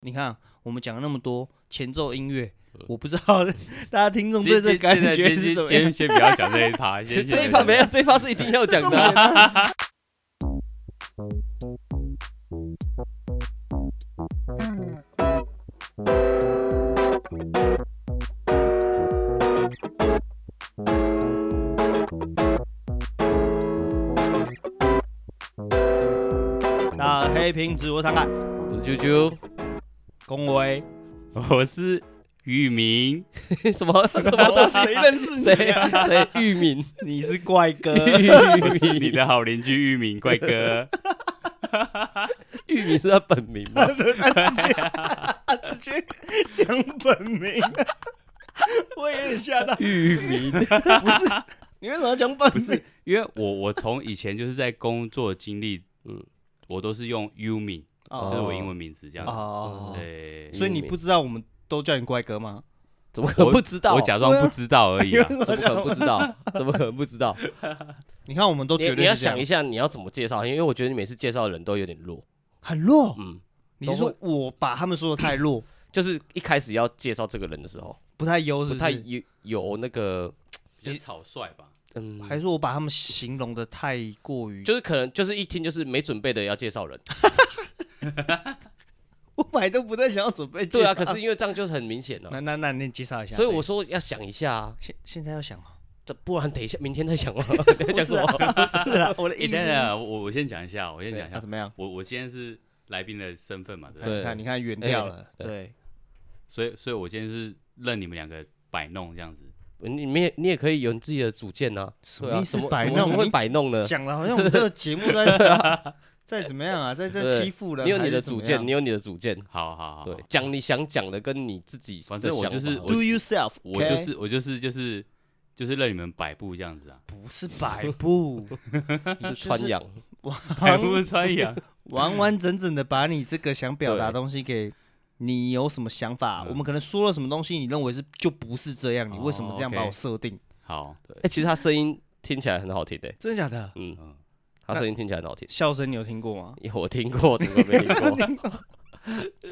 你看我们讲了那么多前奏音乐，呃我不知道 大家听 众对这个感现在觉先是什先么样先。先不要讲这一 趴，先这一趴没有，这一趴是一定要讲的啊、那黑瓶子我敞开， 我是啾啾，恭维，我是玉 明， 什么什么东西？谁认识啊谁你啊？谁玉 敏？ 你是怪 哥，我是你的好邻居玉明 怪哥。玉敏是他本名吗？他直接讲本名，我也有点吓到。玉敏，不是，你为什么要讲本不是名？因为我我从以前就是在工作经历，嗯，我都是用 U 名，这是我英文名字这嗯样子。哦，对，所以你不知道我们都叫你怪哥吗？怎么可能不知道？我假装不知道而已 啊。怎么可能不知道？怎么可能不知道？你看我们都你绝你对要是这想一样，下，你要怎么介绍？因为我觉得你每次介绍的人都有点弱，很弱。嗯，你是说我把他们说的太弱，就是一开始要介绍这个人的时候，不太优，是不是太有有那个，比较草率吧。嗯，还是我把他们形容的太过于？就是可能就是一听就是没准备的要介绍人，啊我本来都不太想要准备。对啊，可是因为这样就是很明显了、那那那，你介绍一下。所以我说要想一下、啊，现现在要想哦，这不然等一下明天再想 啊，你在不 讲是什啊， 么？不是啊， 我的哎，意思等是。等，我我先讲一下，我先讲一对啊下怎，么样？我我现在是来宾的身份嘛，对不对？对你看，你看，远掉了。哎对，所以所以我今天是任你们两个摆弄这样子。你你也你也可以有你自己的主见呐、什对么啊，意什思么？摆怎么弄怎么会你摆弄呢？讲了，好像我们这个节目 在在怎么样啊，在在对欺负人。你有你还的是怎主么见，样哦你有你的主见，好好好，对，讲你想讲的跟你自己的想反法，正我就是我，Do yourself，我就是我就是就是就是任你们摆布这样子 啊，不是摆布， 是穿就是洋，摆布穿啊洋。完完整整的把你这个想表达的对东西给你有什么想法？我们可能说了什么东西，你认为是就不是这样，你为什么这样哦，OK 把我设定？好，哎、其实他声音听起来很好听的、真的假的？嗯，嗯，他声音听起来很好听，笑声你有听过吗？因为我听过，怎么没听过？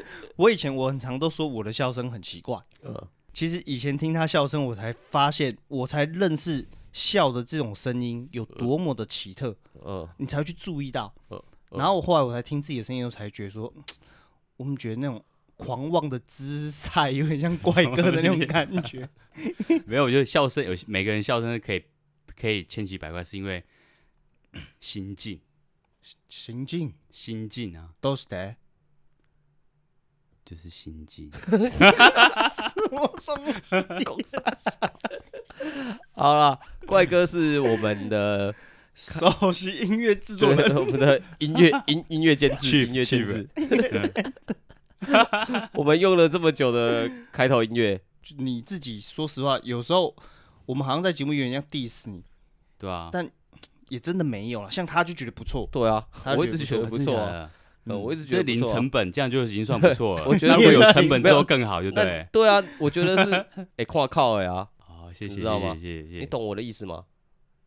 我以前我很常都说我的笑声很奇怪，嗯，其实以前听他笑声，我才发现，我才认识笑的这种声音有多么的奇特， 嗯，你才会去注意到。呃呃然后我后来我才听自己的声音，我才觉得说，我们觉得那种狂妄的姿态 有点像怪哥的那种感觉。没有，我觉得笑声有每个人笑声可以可以千奇百怪，是因为 心境行进心境啊，都是的，就是 心境。好啦，怪哥是我们的， 首席音乐制作对人，我们的音乐音音乐监制， Chief，音乐监 Chief 制。啊我们用了这么久的开头音乐，就你自己说实话，有时候我们好像在节目有点像 diss 你，对啊，但也真的没有了。像他就觉得不错，对啊，他我一觉得直觉得不真的错假啊，的嗯，我一直觉这得不零错啊成本这样就已经算不错了。 我觉得如果没有有成本没之有后更好，对不那对？对啊，我觉得是哎，跨靠哎啊，好，谢你谢，知道吗谢谢，谢谢你懂我的意思吗？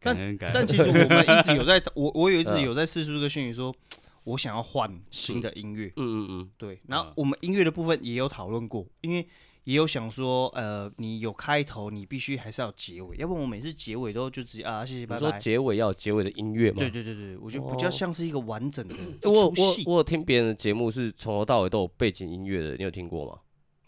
感恩感但恩。其实我们一直有在， 我我有一直有在试出这个讯息说，我想要换新的音乐。嗯嗯嗯，对，然后嗯我们音乐的部分也有讨论过，因为也有想说，呃，你有开头，你必须还是要有结尾，要不然我每次结尾都就直接啊，谢谢，拜你说拜。结尾要有结尾的音乐吗？对对对对，我觉得比较哦像是一个完整的一我出我戏我有听别人的节目是从头到尾都有背景音乐的，你有听过吗？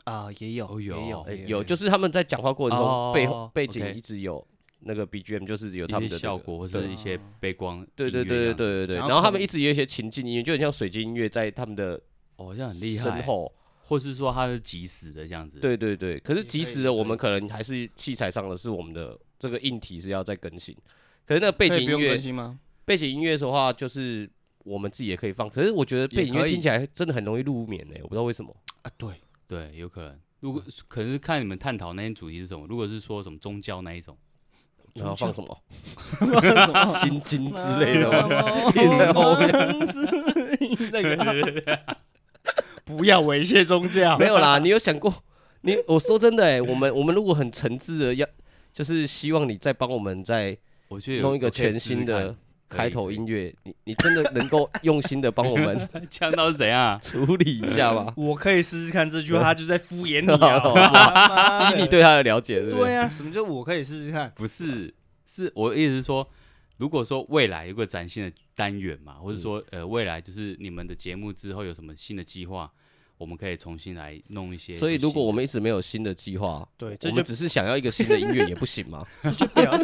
啊，也有哦也有有哎、也有，就是他们在讲话过程哦中背、哦背景 OK 一直有那个 BGM，就是有他一们些的、效。果或是一些背光，啊对对对对，对对对，想要然后他控们一直有一些情境音乐，就很像水晶音乐在他们的哦，这样很厉害身。后。或是说它是即时的这样子，，对对对，可是即使也可以的我们可能还是器材上的是我们的这个硬体是要再更新，可是那个背可景以不音用乐更新吗？背景音乐的话，就是我们自己也可以放。可是我觉得背景音也乐可以听起来真的很容易入眠呢、我不知道为什么。啊，对，对，有可能。如嗯果可能是看你们探讨那些主题是什么，如果是说什么宗教那一 种，然后宗放教什么什么心经之类的吗？吗一直在后面那个不要猥亵宗教没。有啦，你有想过？你我说真的哎、我们我们如果很诚挚的要，就是希望你再帮我们再我觉得有弄一个我可以全试试 新的看，开头音乐，你你真的能够用心的帮我们 呛到是怎样啊？处理一下吗？我可以试试看这句话，他就在敷衍你好啊！以你对他的了解，对不对啊，什么叫我可以试试看？不是，是我的意思是说，如果说未来有个崭新的单元嘛，嗯或者说、呃未来就是你们的节目之后有什么新的计划，我们可以重新来弄一些。所以如果我们一直没有新的计划，对，这我就们只是想要一个新的音 乐也不行吗？这就表示，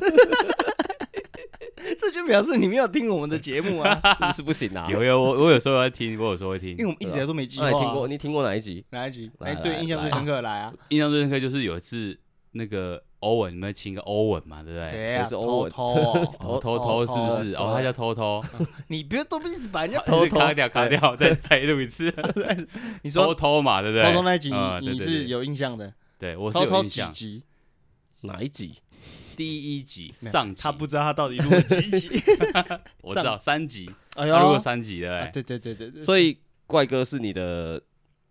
这就表示你没有听我们的节目啊，是不是不行啊？有有我我有时候会听，我有时候会因为听。我们一直以来都没计划、那啊。你听过你听过哪一集？哪一集？来哎，对，来印象最来深刻的来啊，印象最深刻就是有一次那个欧文，你们请一个欧文嘛，对不对？，谁啊？谁是欧偷文偷哦 哦，偷偷是不是？哦，他叫偷偷，你别都不一直把 人家还是卡掉卡掉，再再录一次， 你说偷偷嘛，对不对？偷偷那一集，嗯你对你对是对有印象的。对我是偷有偷印几象。集？哪一集？第一集没有上集，他不知道他到底录了几集。我知道三集， 哎他呦，如果三集对啊不对？对对对对对，所以怪哥是你的，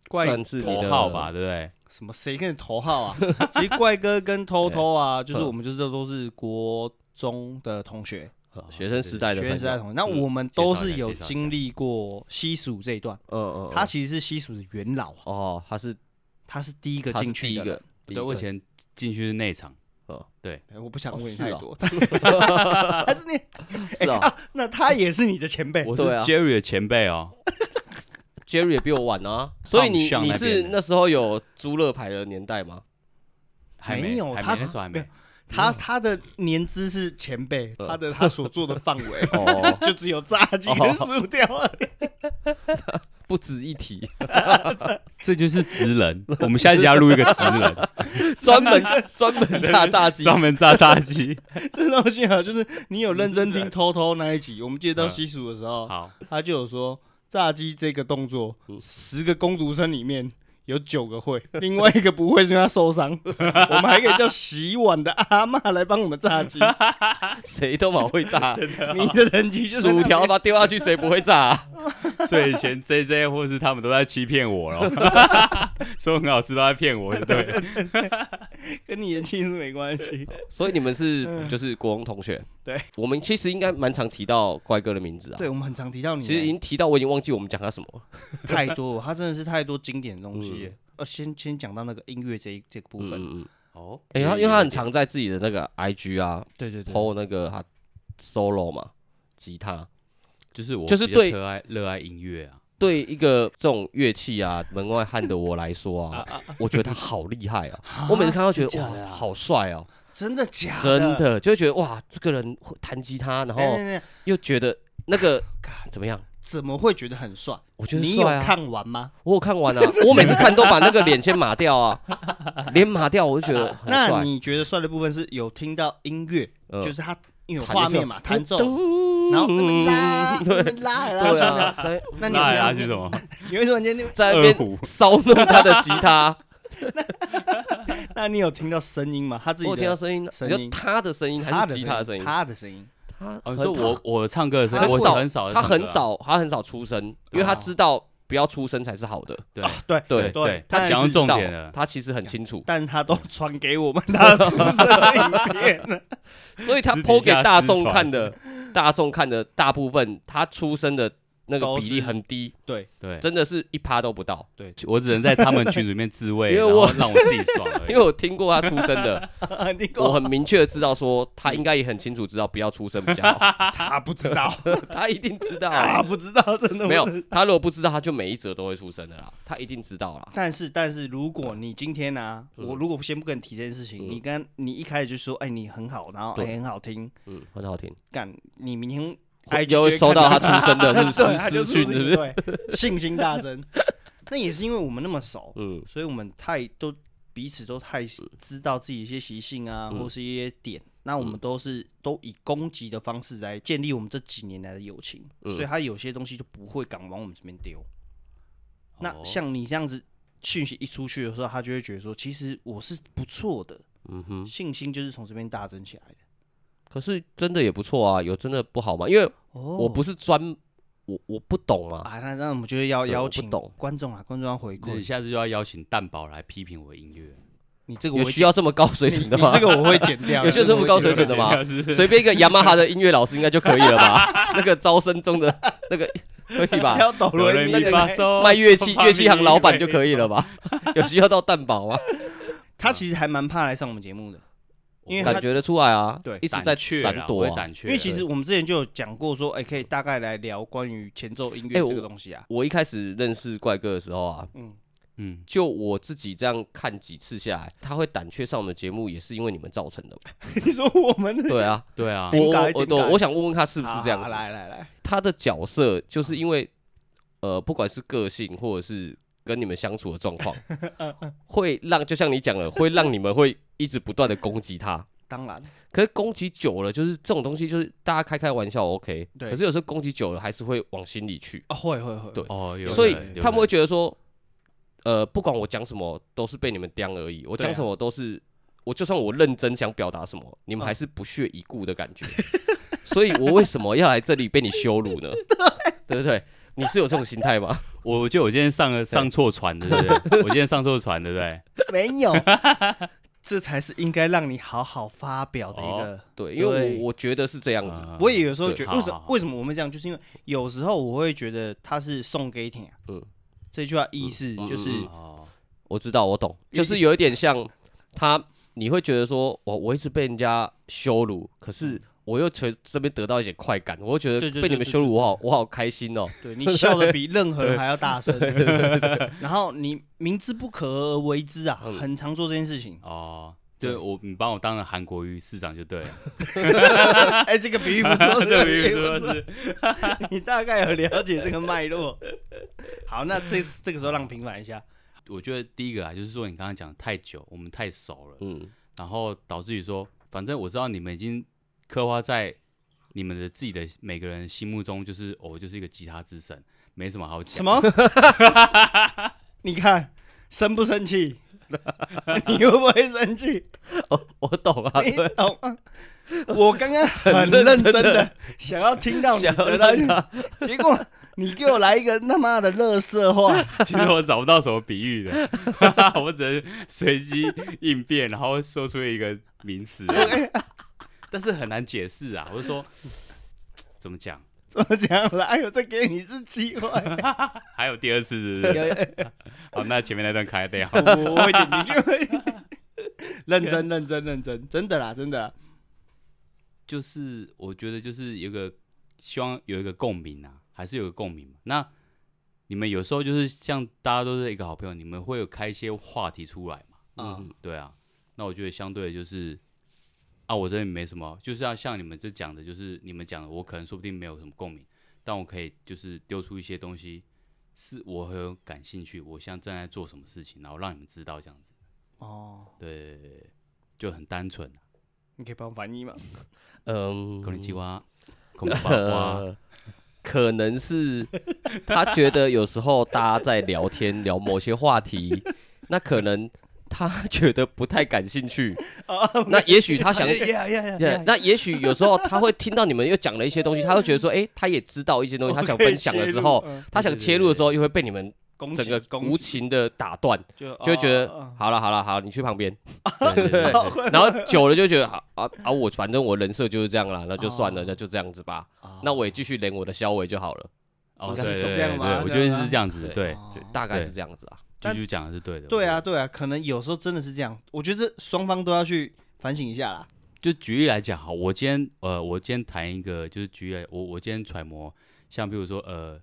怪算是你头的号吧，对不对？什么谁跟你头号啊？其实怪哥跟偷偷啊，就是我们就是都是国中的同学，呃学生时代的学朋友生时代同学。那我们都是有经历过西蜀这一段，嗯嗯，嗯他其实是西蜀的元老，啊哦，他是他是第一个他是进第去一的人个。，第一对，我以前进去是内场，哎我不想哦问你是太哦多，还是你 是啊啊？那他也是你的前辈，我是对啊 Jerry 的前辈哦。 ，Jerry 也比我晚啊，所以你上你那边是的那时候有租乐牌的年代 吗？还没没有还没他那时候还没没有，他他的年资是前辈，他的他所做的范围哦， 就只有炸鸡跟薯条而已。不值一提， 这就是职人。我们下一集要录一个职人，专 门专门炸炸鸡，专门炸炸鸡。这东西啊，就是你有认真听偷偷那一集，我们接嗯到西蜀的时候，好，他就有说炸鸡这个动作，嗯十个攻读生里面。有九个会，另外一个不会，是因为他受伤。 我们还可以叫洗碗的阿嬷来帮我们炸 鸡。谁都蛮会炸，你的人机就是薯条把它丢下去，谁不会炸啊？所以以前 J J 或是他们都在欺骗我了， 说很好吃都在骗我，对。跟你的技术没关系。所以你们是就是国中同学，嗯对，我们其实应该蛮常提到怪哥的名字啊，对，我们很常提到你。其实已经提到，我已经忘记我们讲他什么了。太多了，它真的是太多经典的东西了嗯。呃，先先讲到那个音乐这一这个部嗯分，嗯嗯，哦，哎，他因为他很常在自己的那个 IG 啊对对对， PO 那个他 solo 嘛，吉他。就是我就是比较对热爱热爱音乐啊，对一个这种乐器啊，门外汉的我来 说啊，我觉得他好厉害啊！我每次看到觉得真假的哇，啊好帅哦，真的假真的，的就会哦觉得哇，这个人会弹吉他，然哎后哎哎又觉得那个 God，怎么样？怎么会觉得很帅？我觉得你有帅啊！看完吗？我有看完啊，我每次看都把那个脸先抹掉啊，脸抹掉我就觉得很那帅。你觉得帅的部分是有听到音乐，嗯就是他因为有弹的画面时候嘛，弹奏，噔然后那边拉，那对边拉来对拉啊，去的，在那你那有还没是有什么？你有没有突然间，在那二胡边骚弄他的吉他，那你有听到声音吗？他自我己有听到的声音，声你说音他的声音还他是吉他的的声音？他的声音，他 哦，很你说我我唱歌的时他候，很我少很少在他唱歌啊，很少，他很少出声，因为他知道不要出声才是好的。对啊对对对，他他其讲到实重知道点了。他嗯其实很清楚，但他都传给我们他的出生的影片 了。所以他私底剖给下大私众传看的，大众看的大部分，他出声的那个都比例是很低，对，对，真的是一趴都不到。 我只能在他们群里面自慰，因为然后我让我自己爽而已 因为我听过他出声 的，你给我很明确的知道说，他应该也很清楚知道不要出声比较好， 他不知 道，他一定知道他啊。不知道，真的没有不知道。，他如果不知道，他就每一则都会出声的啦，他一定知道啦。但是，但是，如果你今天呢、啊，嗯我如果先不跟你提这件事情，嗯你跟你一开始就说，哎、你很好，然后哎、对很好听，嗯，很好听，干，你明天 IG 就会就收到看他出声的，是 不对是他私就讯，出是不这是？个对，信心大增。 那也是因为我们那么熟，嗯，所以我们太都彼此都太知道自己一些习性啊，嗯或是一些点。那我们都是都以攻击的方式来建立我们这几年来的友情，嗯哦所以他有些东西就不会敢往我们这边丢。那哦像你这样子讯息一出去的时候，他就会觉得说，其实我是不错的，嗯哼。信心就是从这边大增起来的。可是真的也不错啊，有真的不好吗？因为哦我不是专，我我不懂嘛。啊，那那我们就要对邀我不请懂观众啊，观众要回那你馈。下次就要邀请蛋宝来批评我的音乐，你这个我有会需要这么高水你准你的吗这？个我会剪掉，有需要这么高水准的吗？ 随便一个雅马哈的音乐老师应该就可以了 吧？那个招生中的那个可以吧？要抖有轮人椅那个发烧卖乐器乐器行老板就可以了吧？有需要到蛋堡吗？他其实还蛮怕来上我们节目的，因为他感觉得出来啊，对一直在闪躲啊、胆因怯啦。为其实我们之前就有讲过说，哎，可以大概来聊关于前奏音乐哎这个我东西啊。我一开始认识怪哥的时候啊，嗯，嗯，就我自己这样看几次下来，他会胆怯上我们节目，也是因为你们造成的嘛。 你说我们的对啊，对啊，点我改我点我改我我想问问他是是不是这样子？来来来，他的角色就是因为呃，不管是个性或者是跟你们相处的状况，会让就像你讲了，会让你们会一直不断的攻击他。当然，可是攻击久了，就是这种东西，就是大家开开玩笑 OK，对可是有时候攻击久了还是会往心里去，啊会会会，对哦，有所以可能有他们可会觉得说，呃，不管我讲什么都是被你们刁而已，我对啊讲什么都是，我就算我认真想表达什么，你嗯们还是不屑一顾的感觉。所以我为什么要来这里被你羞辱呢？对不对？你是有这种心态吗？能我我觉得我今天上了上错船了，对不对？我今天上错船，对不对？没 有，这才是应该让你好好发表的一个。对，因为对我我觉得是这样子。啊 我也有时候觉对得，好为什好么好为什么我们这样，就是因为有时候我会觉得他是送给你啊。嗯这句话意思嗯就是嗯哦，。我知道，我懂，就是有一点像他，你会觉得说，我我一直被人家羞辱，可是我又从这边得到一些快感，我又觉对得对被对你们羞辱，我好我好开心哦。对你笑的比任何人还要大声， 然后你明知不可而为之啊，嗯很常做这件事情 哦，就我你帮我当了韩国瑜市长就对了，哎，这个比喻不错，这个比喻对不不错，对？ 你大概有了解这个脉络。好，那这这个时候让平反一下，我觉得第一个啊，就是说你刚刚讲太久，我们太熟了，嗯，然后导致于说，反正我知道你们已经刻画在你们的自己的每个人心目中，就是哦我就是一个吉他之神，没什么好讲。什？么？你看生不生气？ 你会不会生气？哦， 我懂 啊，你对，懂吗？我刚刚很认真的想要听到你想得要到让一个，他结果你给我来一个他妈的乐色话， 其实我找不到什么比喻的， 我只能随机应变，然后说出一个名词，但是很难解释啊。我就说，怎么讲？怎么讲来？哎呦，再给你一次机会， 还有第二次是不 是好，那前面那段开掉。我我会剪进去。认真，认真，认真，真的啦，真的啦。就是我觉得就是有一个希望有一个共鸣啊，还是有个共鸣嘛。那你们有时候就是像大家都是一个好朋友，你们会有开一些话题出来嘛？啊嗯，对啊。那我觉得相对的就是啊，我这边没什么，就是要像你们这讲的，就是你们讲的，我可能说不定没有什么共鸣，但我可以就是丢出一些东西，是我很有感兴趣，我现在正在做什么事情，然后让你们知道这样子。哦，对对对对，就很单纯、啊。你可以帮我翻译吗？ 嗯，可能青蛙，可能花花。呃， 可能是他觉得有时候大家在聊天聊某些话题，那可能他觉得不太感兴趣，那也许 他想呃 Yeah，那也许有时候他会听到你们又讲了一些东西，他会觉得说，哎、他也知道一 些东西，他想分享的时候我可以切入，嗯他想切入的时候，又会被你们攻击整个攻无击情的打断，就就会觉得哦好了好了好，你去旁边，对对对对对然后久了就觉得好啊啊，我反正我人设就是这样啦，那就算了 哦，那就这样子吧，哦那我也继续连我的肖伟就好了，哦，是对对是这对样对，吗我这觉样得吗是这样子的，对，哦就大概是对这样子啊，，但居居讲的是对的。对啊，我觉得，对啊，可能有时候真的是这样。我觉得双方都要去反省一下啦。就举例来讲，好，我今天呃，我今天谈一个，就是举例来，我我今天揣摩，像比如说呃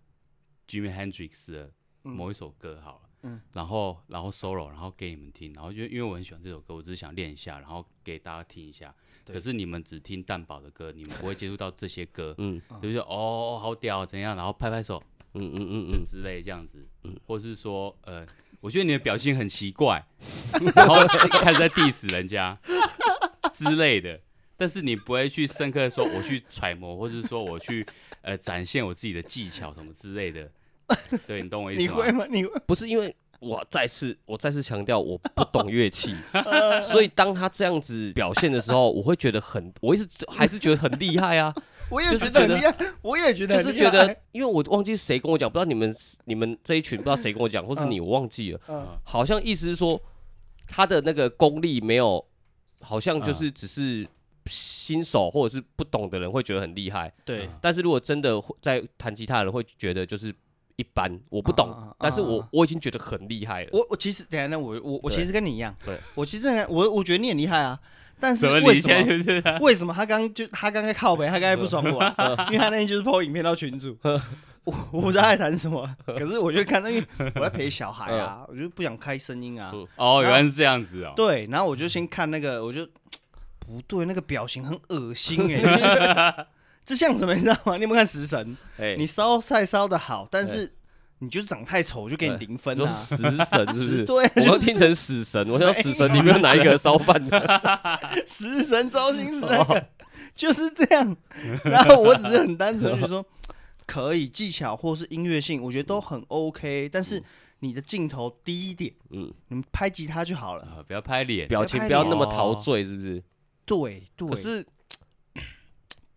，Jimmy Hendrix 的某一首歌好了，嗯然后然后 solo，然后给你们听，然后就因为我很喜欢这首歌，我只是想练一下，然后给大家听一下。可是你们只听蛋堡的歌，你们不会接触到这些歌嗯就是哦，好屌，怎样，然后拍拍手，嗯嗯嗯就嗯，之类这样子，或是说，呃，我觉得你的表现很奇怪， 然后就开始在 diss 人家之类的，但是你不会去深刻的说我去揣摩，或是说我去呃展现我自己的技巧什么之类的，对你懂我意你思啊会吗？吗？你会？不是因为。我再次，我再次强调，我不懂乐器， 所以当他这样子表现的时候，我会觉得很，我一直还是觉得很厉害啊。我也就是觉得很觉得厉害， 我也觉得就很是厉觉害得，因为我忘记谁跟我讲，不知道你们你们这一群不知道谁跟我讲，或是你，我忘记了，嗯好像意思是说他的那个功力没有，好像嗯就是只是新手或者是不懂的人会觉得很厉害，对，但是如果真的会在弹吉他的人会觉得就是一般，我啊不啊懂啊，但是啊我我已经觉得很厉害了。我我其实等一下，那我我我对其实跟你一样，对我其实很我我觉得你很厉害啊，但是怎么为你什现在么就是啊为什么他刚就他刚才靠北，他刚才不爽我啊、因为他那天就是 PO 影片到群主，我我不知道他在谈什么，可是我就看到，因为我在陪小孩啊，我就不想开声音啊，哦，原来是这样子哦。对，然后我就先看那个，我就不对，那个表情很恶心哎、就是这像什么你知道吗？你有没有看《食神》？哎，你烧菜烧的好，但是你就是长太丑，我就给你哎零分你说啊。食神 是不食是？对啊，我就刚是听成死神，我想死神里面有哪一个烧饭的？ 食神招心是那哦个， 就是这样。然后我只是很单纯就 说，可以技巧或是音乐性，我觉得都很 OK，但是你的镜头低一点，嗯，你们拍吉他就好了。啊，不要拍脸，表情不要那么哦陶醉，是不是？对对，可是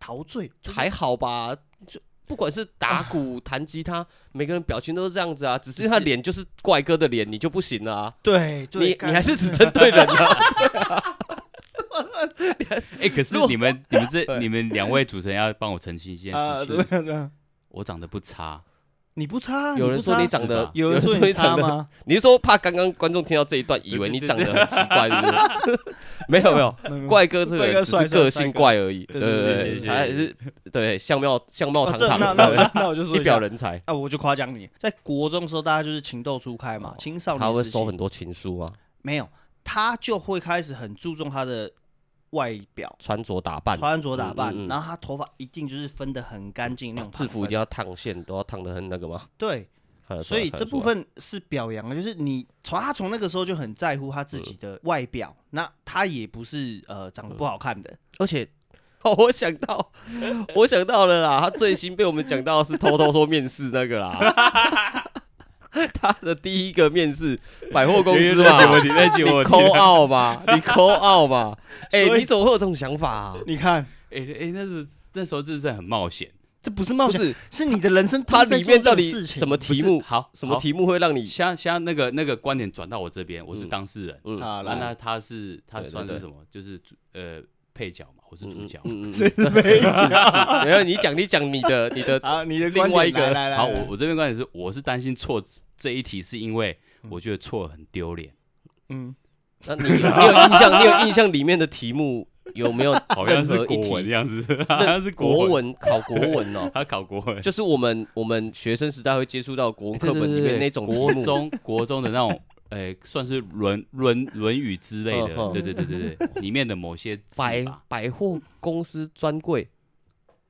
陶醉就是啊还好吧，就不管是打鼓、弹吉 他，每个人表情都是这样子啊，只是他脸就是怪哥的脸，你就不行了啊。对对，你干你还是只针对人 啊？哎，可是如果你们你们这对你们两位主持人要帮我澄清一件啊事怎么样情，怎么样？我长得不差，你不差，有人不说差你长是得吧，有人说你差得吗？你是说怕刚刚观众听到这一段，以为你长得很奇怪，是不是？没有没有，没有没有怪哥这个怪哥人只帅是帅个帅性哥怪而已，对对对对对谢谢对，他还是对相貌相貌哦，堂这堂那那对我那我就说一下表人才，啊，我就夸奖你，在国中的时候，大家就是情窦初开嘛哦，青少年他会时期收很多情书啊，没有，他就会开始很注重他的外表、穿着打扮，穿着打扮，嗯嗯嗯然后他头发一定就是分得很干净那种制服一一定要烫线，都要烫的很那个嘛。对，看得出所来以看这得出部来分是表扬的，就是你从他从那个时候就很在乎他自己的外表，那他也不是呃长得不好看的，而且。哦，我想到，我想到了啦，他最新被我们讲到是偷偷说面试那个啦，他的第一个面试百货公司嘛，我你在你我抠傲嘛，你抠傲嘛，哎、所以你怎么会有这种想法、啊？你看哎哎，那是那时候真的是很冒险，这不是冒不险，是，是你的人生它都在里做面这种到底事情什么题目？好，什么好题目会让你像像那个那个观点转到我这边，我是当事人，嗯好那来那他是他对对算是对什么？就是主呃配角嘛，我是主角。嗯嗯嗯 谁没讲？嗯没有，你讲你讲你的你的， 好，你的另外一个观点来来来好，来我我这边观点是，我是担心错这一题，是因为我觉得错很丢脸，嗯，那你有你有印象？你有印象里面的题目有没有好像任是何一国文题？样子， 好像是那国文，文考国文哦，他考国文，就是我们我们学生时代会接触到国文课本里面那种国题目，中国中的那种，呃，算是《论论论语》之类嗯的，哼对对对对对，里面的某些字百吧。百货公司专柜，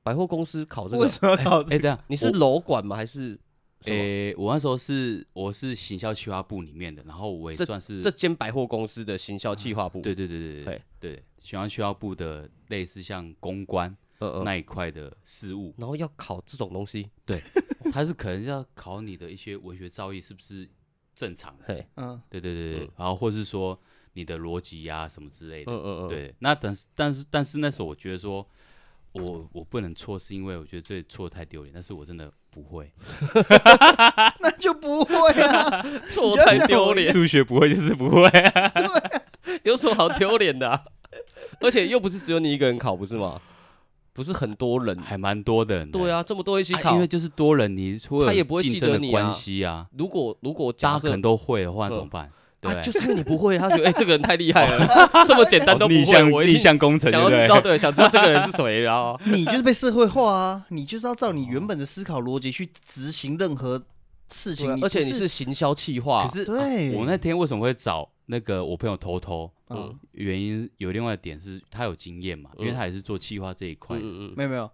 百货公司考这为个，什么要搞这哎，等一下你是我楼管吗？还是什么诶，呃我那时候是我是行销企划部里面的，然后我也算是这间百货公司的行销企划部，对对对对对嘿对，喜欢学校部的类似像公关嗯嗯，那一块的事 物，然后要考这种东西，它是可能是要考你的一些文学造诣是不是正常的，嘿，嗯， 对对对对，然后或是说你的逻辑呀、什么之类的，嗯嗯嗯，，对。那但是但是但是那时候我觉得说。我我不能错，是因为我觉得这错太丢脸，但是我真的不会，那就不会啊，错你就太像 丢我脸，数学不会就是不 会、有什么好丢脸的啊、而且又不是只有你一个人考，不是吗？不是很多 人，还蛮多的人的。对啊，这么多一起啊考，因为就是多人，你除了他也不会记竞争的得你啊关系啊，如果如果大假家可设能都会的话，怎么嗯办？对不啊，对？就是因为你不会，他觉得哎、这个人太厉害 了，这么简单都不哦逆会，向我一逆定向工程，想对不 对？要知道，对，想知道 这个人是谁，然后 你就是被社会化啊，你就是要照你原本的思考逻辑去执行任何事对情啊，不而且你是行销企划，可是哦对啊我那天为什么会找那个我朋友偷偷？嗯，原因有另外的点是他有经验嘛，因为他也是做企划这一块嗯的。嗯嗯，没有没 有，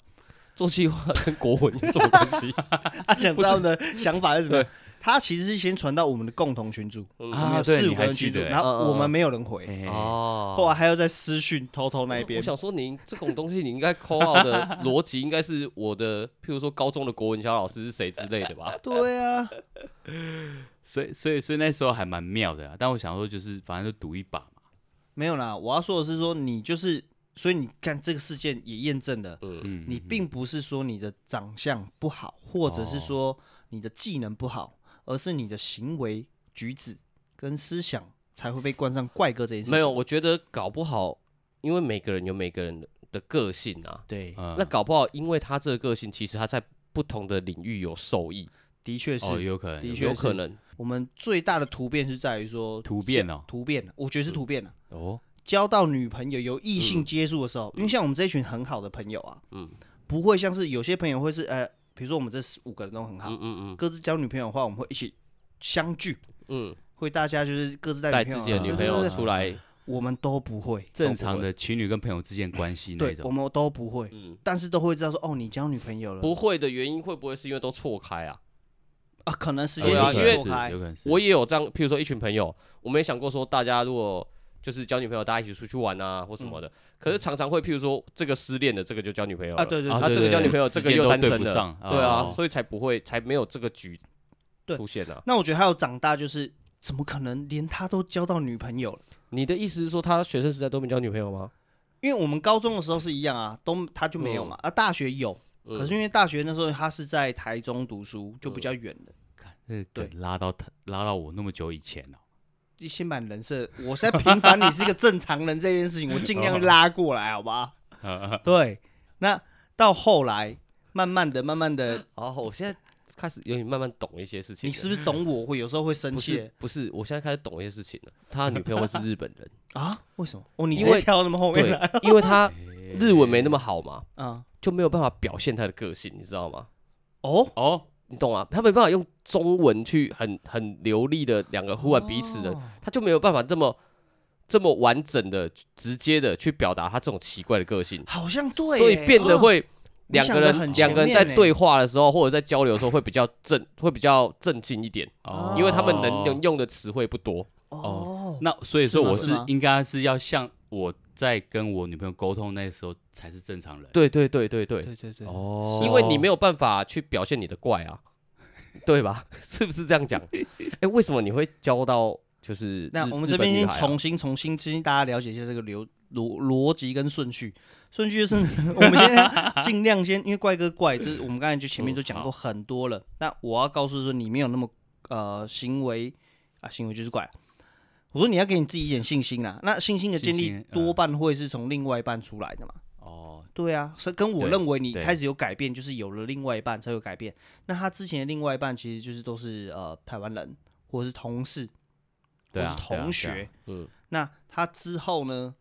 做企划跟国文有什么关系？ 他想知道的想法是什么对？他其实是先传到我们的共同群组，我嗯们啊有对四你五个还人记群组，得欸然后我嗯嗯们嗯没有人回，嘿哦，后来还要在私讯偷偷那一我边，想说您，这种东西，你应该扣号 的逻辑应该是我的，譬如说高中的国文小老师是谁之类的吧？对啊，所以所以所以那时候还蛮妙的啊。但我想说，就是反正就赌一把嘛。没有啦，我要说的是说你就是，所以你看这个事件也验证了。嗯，嗯，你并不是说你的长相不好，或者是哦说你的技能不好，而是你的行为举止跟思想才会被冠上怪哥这件事情？没有，，我觉得搞不好，因为每个人有每个人的个性啊，对，嗯那搞不好因为他这个个性，其实他在不同的领域有受益，的确是。哦，有可能的有确有是可能。啊我们最大的突变是在于说突变哦突变，啊我嗯觉得是突变了、哦，交到女朋友有异性接触的时候，因为像我们这一群很好的朋友啊，嗯不会像是有些朋友会是呃，比如说我们这十五个人都很好，嗯嗯各自交女朋友的话，我们会一起相聚，嗯会大家就是各自带嗯，带女自朋己友的啊女对朋对友对出 来，我们都不会，正常的情侣跟朋友之间的关系那对，我种，们都不会，嗯，但是都会知道说哦，你交女朋友了，不会的原因会不会是因为都错开啊？啊，可能时间对啊点因为错开有，可能是我也有这样，譬如说一群朋友，我没想过说大家如果就是交女朋友，大家一起出去玩啊或什么的，可是常常会譬如说这个失恋的，这个就交女朋友啊，了对对啊对，他这个交女朋友，这时个间又都单对身不了，上对啊哦，所以才不会才没有这个局对出现啊。那我觉得还有长大就是。怎么可能连他都交到女朋友了？你的意思是说他学生时代都没交女朋友吗？因为我们高中的时候是一样啊，都他就没有嘛，啊，大学有，嗯可是因为大学那时候他是在台中读书，就比较远的。这个对拉到他拉到我那么久以前哦，你先把你人设，我现在平凡你是个正常人这件事情，我尽量拉过来，好 吧？对，那到后来，慢慢的、慢慢 的，哦，我现在开始有点慢慢懂一些事情你了。是不是懂我会有时候会生不气是不是，我现在开始懂一些事情了。他的女朋友会是日本人，啊？为什么？哦，你因直接为跳到那么后面对来，因为他哎日文没那么好嘛，啊？就没有办法表现他的个性，你知道吗？哦，哦，你懂啊？他没办法用中文去很很流利的两个呼唤彼此的，哦他就没有办法这么这么完整的、直接的去表达他这种奇怪的个性，好像对耶，所以变得哦会你两想个得人很两前个人面在耶对话的时候或者在交流的时候会比较正，会比较正经一点，哦因为他们能用用的词汇不多。哦，那所以说是吗我是是吗应该是要像我在跟我女朋友沟通那时候才是正常人对对对对对，对对对，哦因为你没有办法去表现你的怪啊，对吧？ 是不是这 样讲？哎、为什么你会交到就是那日我们日这本边女先孩啊重新、重新、重新大家了解一下这个流逻逻辑跟顺序。顺序就是 我们先尽量先，因为怪哥怪，这是我们刚才就前面嗯就讲过很多了。那我要告诉说，你没有那么呃行为啊，行为就是怪。我说你要给你自己一点信心啦。那信心的建信立心嗯多半会是从另外一半出来的嘛。哦对啊，是跟我对认为你对开始有改变，就是有了另外一半才有改变。那他之前的另外一半其实就是都是呃台湾人，或者是同事，或对者啊是对啊同学。对啊嗯，那他之后呢，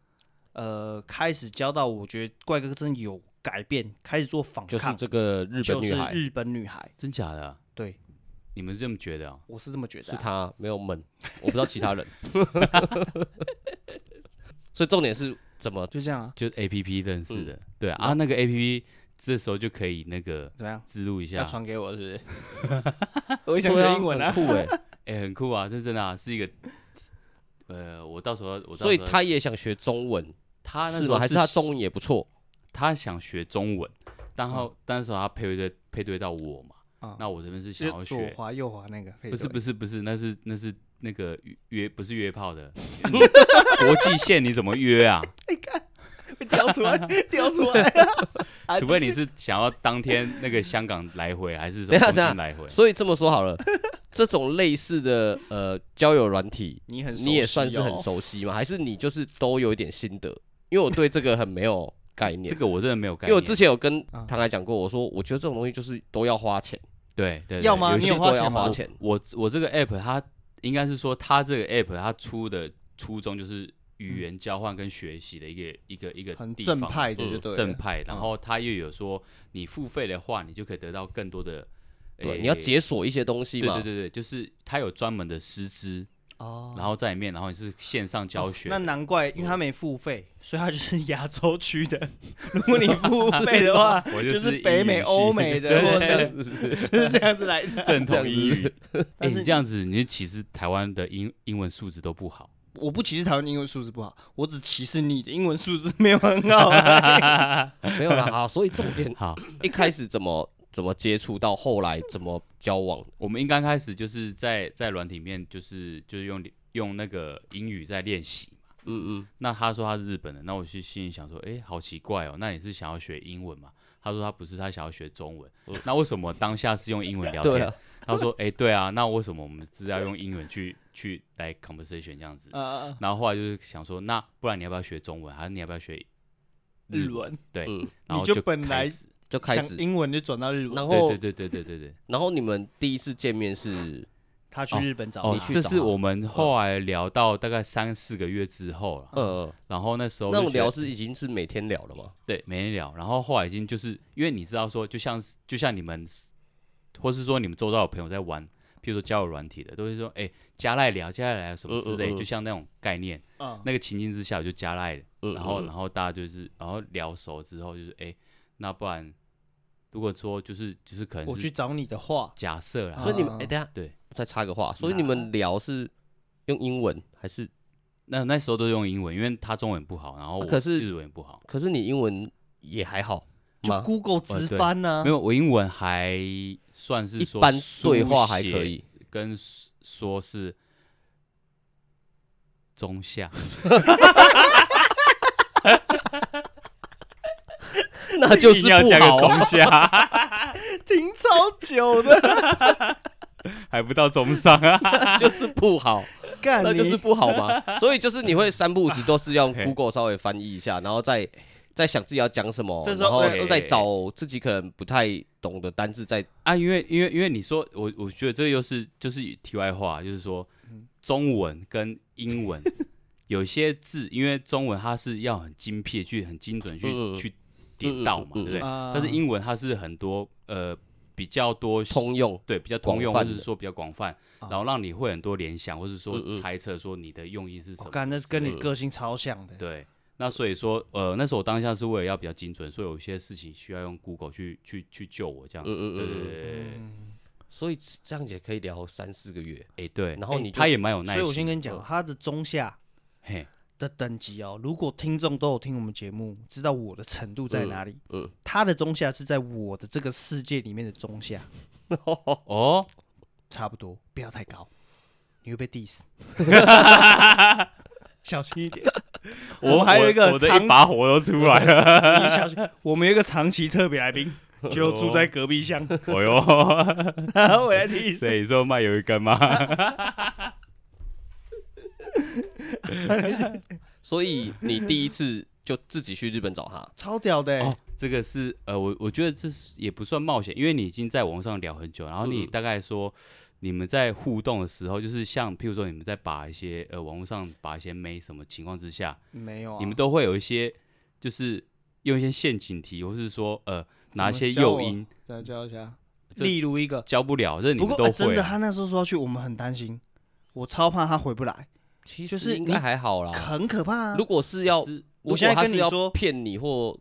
呃，开始交到我觉得怪哥真的有改变，开始做反就是抗，这个日就本女是孩，日本女孩，真假的，对你们这么觉得啊？我是这么觉得是啊、她没有闷，我不知道其他人。 所以重点是怎么就这样啊，就是 A P P 认识的，对啊，啊那个 A P P 这时候就可以那个怎么样？植入一要下，传给我是不是？我也想对学啊，英文啊，很 酷哎、哎，很酷啊，这真的啊是一个，呃，我到时候我到时候所以她也想学中文，他那是时吗？候还是她中文也不错？他想学中文，然后但是他配对配对到我嘛，啊那我这边是想就要是左学，滑右滑那个，不是不是，是不是，那是那是那个约不是约炮的， 你国际线你怎么约 啊？哎会跳出来，跳出来、啊，啊除非你是想要当天那个香港来回，还是什等么一下东等一下京来回？所以这么说好 了，这种类似的呃交友软体，你很熟悉哦、你也算是很熟悉吗？还是你就是都有一点心得？因为我对这个很没有概 念，这个我真的没有概因念，为我之前有跟啊唐凯讲过，我说我觉得这种东西就是都要花钱，对对对要吗有你些有花都要钱吗花花钱。我我这个 app 它应该是说它这个 app 它出的初衷就是嗯语言交换跟学习的一个、一个一个很地正方派的嗯就对了正派，然后它又有说你付费的话，你就可以得到更多的，对，诶你要解锁一些东西对嘛。对对对，就是它有专门的师资，哦。然后在里面，然后你是线上教学的，那难怪，因为他没付费，所以他就是亚洲区的。 如果你付费的话， 我就就是是北美、英语系欧美 的，对或对者就是这样子来的。正统英语。哎、 但是你这样子，你其实台湾的英英文素质都不好。我不歧视台湾英文素质不好，我只歧视你的英文素质没有很好、啊。没有啦，好，所以重点好， 一开始怎么怎么接触，到后来怎么交往，我们应该开始就是在在软体里面，就是就是用用那个英语在练习嘛。嗯嗯，那他说他是日本人，那我就心里想说，哎、好奇怪哦，那你是想要学英文嘛？他说他不是，他想要学中文。那为什么当下是用英文聊对天啊？，他说，哎、对啊，那为什么我们是要用英文去去来 conversation 这样子。啊啊，然后后来就是想说，那不然你要不要学中文，还是你要不要学日？文对，嗯然后你就开本来始就开想始。英文就转到日文，然后对对对对对对对。然后你们第一次见面是他去哦日本找哦他，这是找他我们后来聊到大概三四个月之后了，呃，然后嗯那时候那就种觉聊得是已经是每天聊了吗？对每天聊，然后后来已经就是因为你知道说，就像是就像你们，或是说你们周遭有朋友在玩，譬如说交友软体的，都会说哎、加赖聊加赖聊什么嗯之嗯类，嗯就像那种概念，嗯，那个情境之下我就加赖了，嗯然后嗯嗯然后大家就是然后聊熟之后就是哎、那不然如果说就是就是可能我去是找你的话，假设啦，所以你们啊哎，等一下对，我再插个话，所以你们聊是用英文还是？那那时候都用英文，因为他中文不好，然后啊我可是日文也不好。可是你英文也还好就吗？ Google 直翻啊呢没，有，我英文还算是一说般书对话还写可， 以。跟 s- 说是中下。那 就是硬要加不个好啊。中 下，停超久的，还不到中上啊。 就是不好，干那就是啊你不好 嘛。所以就是你会三不五时都是要用嘿 Google 稍微翻译一下，然后再再想自己要讲什么，这时然候后对再找自己可能不太懂的单字再。啊，因为因为因为你说我，我觉得这又是就是题外话，就是说中文跟英文有些字，因为中文它是要很精辟地去很精准地去、嗯嗯嗯去点到嘛，嗯嗯对嗯不对？啊但是英文它是很多呃比较多通用对比较通用，广或泛者的是说比较广泛，啊然后让你会很多联想，或是嗯说嗯猜测说你的用意是什我哦么。干，那是跟你个性超像的，对，那所以说，呃，那时候我当下是为了要比较精准，所以有些事情需要用 Google 去去去救我这样子。嗯嗯嗯对嗯对对对对，哎、所以这样也可以聊三四个月。对，然后诶你就他也蛮有耐所以心。我先跟你讲，嗯他的中下嘿，的等级哦，如果听众都有听我们节目，知道我的程度在哪里，嗯，他的中下是在我的这个世界里面的中下，哦，差不多，不要太高，你会被 diss，小心一点。我们还有一个我的长一把火都出来了。你小心，我们有一个长期特别来宾，就住在隔壁巷，哎呦，然后我来提醒， 谁说卖有一根吗？所以你第一次就自己去日本找 他，超屌的、欸哦，这个是呃，我我觉得这是也不算冒险，因为你已经在网上聊很久，然后你嗯大概说你们在互动的时候，就是像譬如说你们在把一些呃网络上把一些妹什么情况之下，没有啊，你们都会有一些就是用一些陷阱题，或是说呃拿一怎么些教诱我因再教一下，这例如一个，教不了，这你不们过、都哎会真的，啊。他那时候说要去，我们很担心，我超怕他回不来，啊其就实是应你该还好啦。很可怕啊如。果是要，是我现在跟你如果他是说要骗你或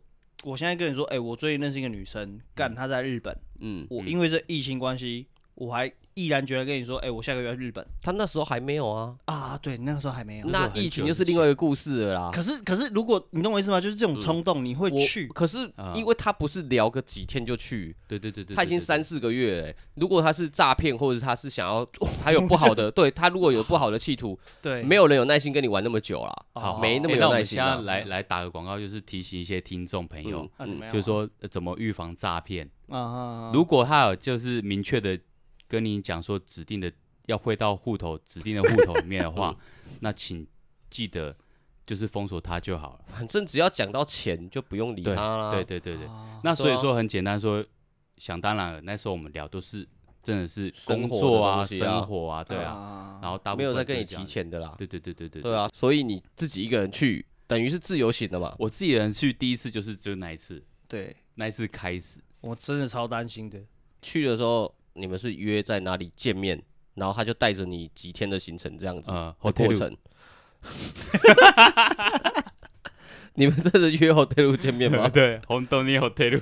我现在跟你说，哎、我最近认识一个女生，干她在日本，嗯，我因为这疫情关系，我还毅然决然跟你说，哎、我下个月要去日本他那时候还没有啊，啊。对，那个时候还没有。那很久疫情就之是另外一个故事了啦。可是可是，如果你懂我意思吗？就是这种冲动，你会我去。可是因为他不是聊个几天就去，对对对对，他已对经对三四个月了欸。如果他是诈骗，或者是他是 想要，他有不好的，对他如果有不好的企图，对，哦没有人有耐心跟你玩那么久啦。好没哎那么那有我耐们心现在啊。来来打个广告，就是提醒一些听众嗯朋友，啊，怎么样啊？就是说呃怎么预防诈骗。啊啊，啊如果他有就是明确的跟你讲说指定的要汇到户头指定的户头里面的话，那请记得就是封锁他就好了。反正只要讲到钱，就不用理对他啦。对对对对，啊那所以对啊说很简单说，想当然了，那时候我们聊都是真的是生工活的作啊、东西啊生活啊，对啊，啊然后大部分没有在跟都你是这样提子，钱的啦。对对对对对对啊，所以你自己一个人去，等于是自由行的嘛。我自己人去第一次就是就那一次，对那一次开始，我真的超担心的。去的时候，你们是约在哪里见面，然后他就带着你几天的行程这样子的呃，过 hotel？程。 你们真的约 hotel 见面吗 对，红豆泥 hotel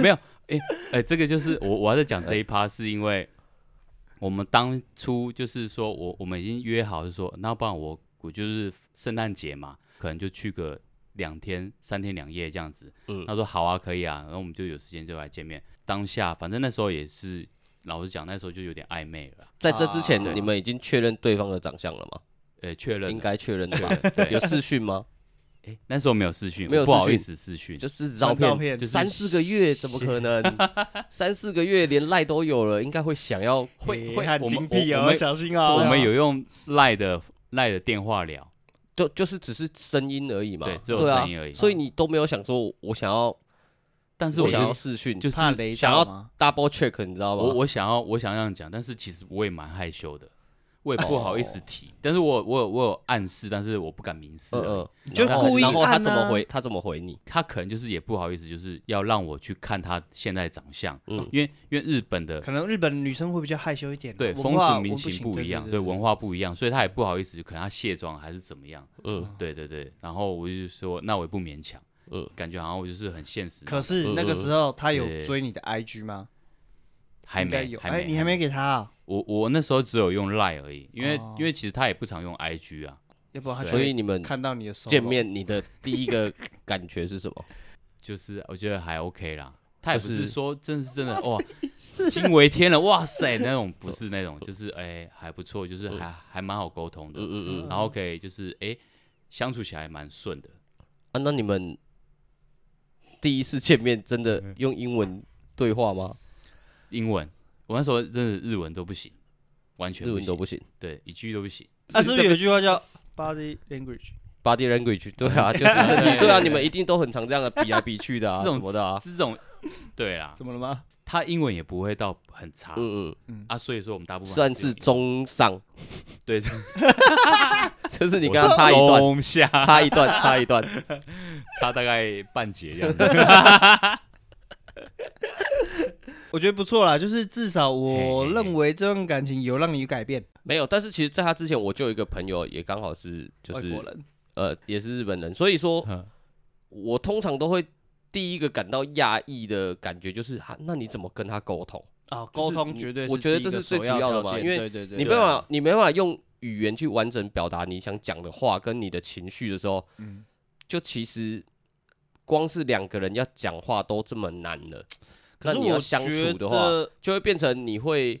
没有，哎、哎、这个就是我我要在讲这一趴，是因为我们当初就是说我我们已经约好，是说那不然我我就是圣诞节嘛，可能就去个两天三天两夜这样子。嗯他说好啊，可以啊，然后我们就有时间就来见面。当下反正那时候也是老实讲，那时候就有点暧昧了啦，在这之前啊，你们已经确认对方的长相了吗？呃，确认应了该确认的吧？对有视讯吗？哎，那时候没有视讯，没有我不好视讯意思视讯，就是传照照片，片就是三四个月怎么可能？三四个月连赖都有了，应该会想要会欸会很我精们辟我我哦，们小心哦。我们有用赖的赖的电话聊，就就是只是声音而已嘛，对只有啊声音而已所以你都没有想说我想要，但是我我想要就视讯，就是怕雷想到要吗？ double check，你知道吗？我我想要我想要这样讲，但是其实我也蛮害羞的，我也不好意思提。但是我我有我有暗示，但是我不敢明示哦而嗯已。嗯，你啊就然后故意然后他按怎么啊回？他怎么回你？他可能就是也不好意思，就是要让我去看他现在的长相，嗯因为因为日本的可能日本女生会比较害羞一点啊，对文风化俗民我情行不对一样，对对文化不一样，所以他也不好意思，可能他卸妆还是怎么样，嗯对对对。然后我就说，那我也不勉强，嗯，感觉好像我就是很现实。可是嗯那个时候他有对追你的 IG 吗？还应该没有，还哎，没，你还没给他啊？我我那时候只有用 Line 而已，因为哦因为其实他也不常用 IG 啊，要不然他就所以会你们看到你的啊手见，面，你的第一个感觉是什么？就是我觉得还 OK 啦。他也不就是是说真是真的哇，惊为天人，哇塞那种不是那种，就是哎还不错，就是还还蛮好沟通的嗯，嗯嗯然后可以就是哎相处起来蛮顺的。啊，那你们第一次见面真的用英文对话吗？英文，我那时候真的日文都不行，完全日不文行，都不行对，一句都不行。啊，是不是有一句话叫 body language？ ，body language，对 啊，就是身体，对啊，你们一定都很常 这样的比来比去的啊，这什种么的啊，这种，对啦，怎么了吗？他英文也不会到很差嗯嗯，啊，所以说我们大部分算还是是用中 上，对，就是你跟他差一段，中下 差一段， 差一段， 差大概半截这样 子。我觉得不错啦，就是至少我嘿嘿嘿认为这段感情有让你改变。没有。但是其实，在他之前，我就有一个朋友，也刚好是就外国是人呃，也是日本人，所以说嗯我通常都会第一个感到讶异的感觉就是，啊，那你怎么跟他沟通？啊，就是沟通你绝对我觉得第一这个是最首主要的条嘛件因为对对对，你没对啊办法，你没办法用语言去完整表达你想讲的话跟你的情绪的时候，嗯就其实光是两个人要讲话都这么难了，可那是你要我相觉处的话，得就会变成你会